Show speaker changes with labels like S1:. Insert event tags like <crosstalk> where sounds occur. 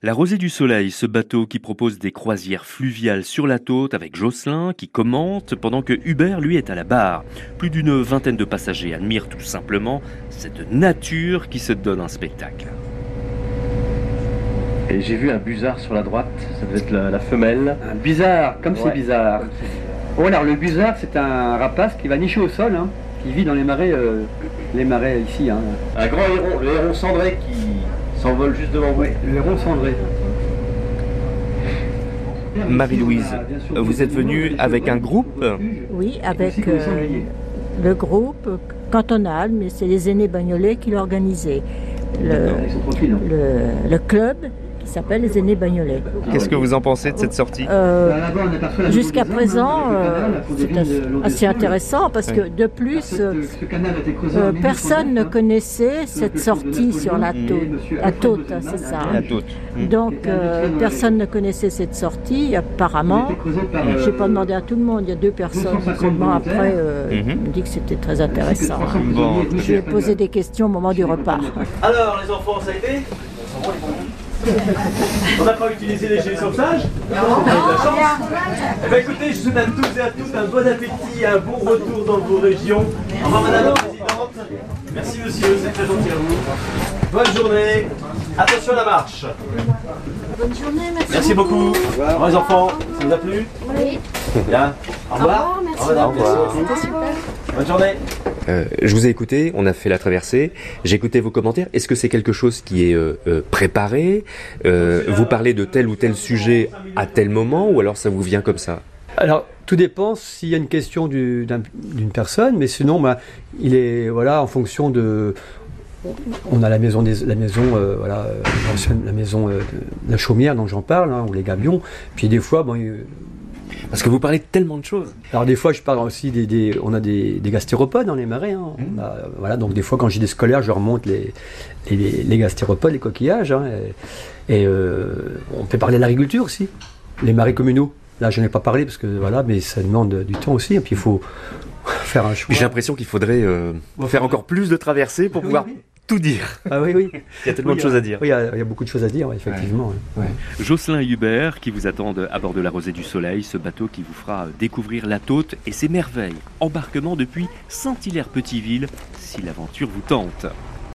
S1: La Rosée du Soleil, ce bateau qui propose des croisières fluviales sur la Tôte avec Jocelyn qui commente pendant que Hubert lui est à la barre. Plus d'une vingtaine de passagers admirent tout simplement cette nature qui se donne un spectacle.
S2: Et j'ai vu un busard sur la droite, ça devait être la, la femelle.
S3: Un bizarre, comme
S2: Ouais.
S3: c'est bizarre. Bon alors le busard c'est un rapace qui va nicher au sol, hein, qui vit dans les marais, euh, les marais ici. Hein.
S2: Un grand héron, le héron cendré qui s'envole juste devant vous.
S3: Ouais, le rond cendré.
S4: Marie-Louise,
S3: Ah,
S4: vous êtes venue avec un groupe
S5: Oui, avec euh, le groupe cantonal, mais c'est les aînés bagnolais qui l'organisaient. Le, euh,
S3: Ils sont tranquilles, hein.
S5: le- le club qui s'appelle les aînés bagnolais.
S4: Qu'est-ce que vous en pensez de cette sortie
S5: Euh,
S3: Là, là-bas, on aperçoit la
S5: Jusqu'à
S3: maison des
S5: présent,
S3: hommes, avec le
S5: euh,
S3: canal, qu'on
S5: c'est
S3: devine, euh, l'eau
S5: assez- assez
S3: descend.
S5: intéressant parce que de plus, euh,
S3: Ce canal a été creusé en
S5: euh,
S3: 1809,
S5: personne ne
S3: hein.
S5: connaissait cette sortie sur la tôte. La tôte, hein, c'est ça.
S4: La tôte.
S5: Donc, euh, personne ne connaissait cette sortie, apparemment. Je n'ai pas
S3: euh,
S5: demandé à tout le monde, il y a deux personnes. Seulement après, euh,
S4: Mhm.
S5: ils m'ont dit que c'était très intéressant. hein.
S4: Bon,
S5: Je lui ai posé des questions au moment du repas.
S6: Alors les enfants, ça a été On n'a pas utilisé les gilets sauvetages Non, Eh bien écoutez, je vous souhaite à tous et à toutes un bon appétit et un bon retour dans vos régions. Au revoir madame la présidente. Merci monsieur, c'est très gentil à vous. Bonne journée. Attention à la marche. Bonne journée, merci. Merci beaucoup. Au revoir les enfants, ça vous a plu Oui. Bien. Au revoir. Au revoir, madame. Merci beaucoup. Bonne journée.
S7: Euh, je vous ai écouté, on a fait la traversée, j'ai écouté vos commentaires. Est-ce que c'est quelque chose qui est euh, euh, préparé Euh, Vous parlez de tel ou tel sujet à tel moment ou alors ça vous vient comme ça
S3: Alors, tout dépend s'il y a une question du- d'un- d'une personne, mais sinon, bah, il est voilà en fonction de. On a la maison des, la maison euh, voilà euh, l'ancienne- la maison euh, de- la chaumière dont j'en parle hein, ou les gabions. Puis des fois, bon, euh,
S7: Parce que vous parlez de tellement de choses.
S3: alors des fois je parle aussi des, des- on a des, des gastéropodes dans les marais. hein.
S7: Mmh.
S3: On a, euh, voilà donc des fois quand j'ai des scolaires, je leur monte les les, les- les gastéropodes, les coquillages. hein, et et, euh, on peut parler de l'agriculture aussi, les marais communaux. Là, je n'en ai pas parlé parce que voilà, mais ça demande du temps aussi. Et puis il faut <laughs> faire un choix.
S7: J'ai l'impression qu'il faudrait euh, faire encore plus de traversées pour pouvoir tout dire.
S3: Ah oui, oui. hein.
S7: Il y a tellement de choses à dire.
S3: Oui, il y, a, il y a beaucoup de choses à dire, effectivement.
S1: Jocelyn et Hubert qui vous attendent à bord de la Rosée du Soleil, ce bateau qui vous fera découvrir la Tôte et ses merveilles. Embarquement depuis Saint-Hilaire-Petite-Ville, si l'aventure vous tente.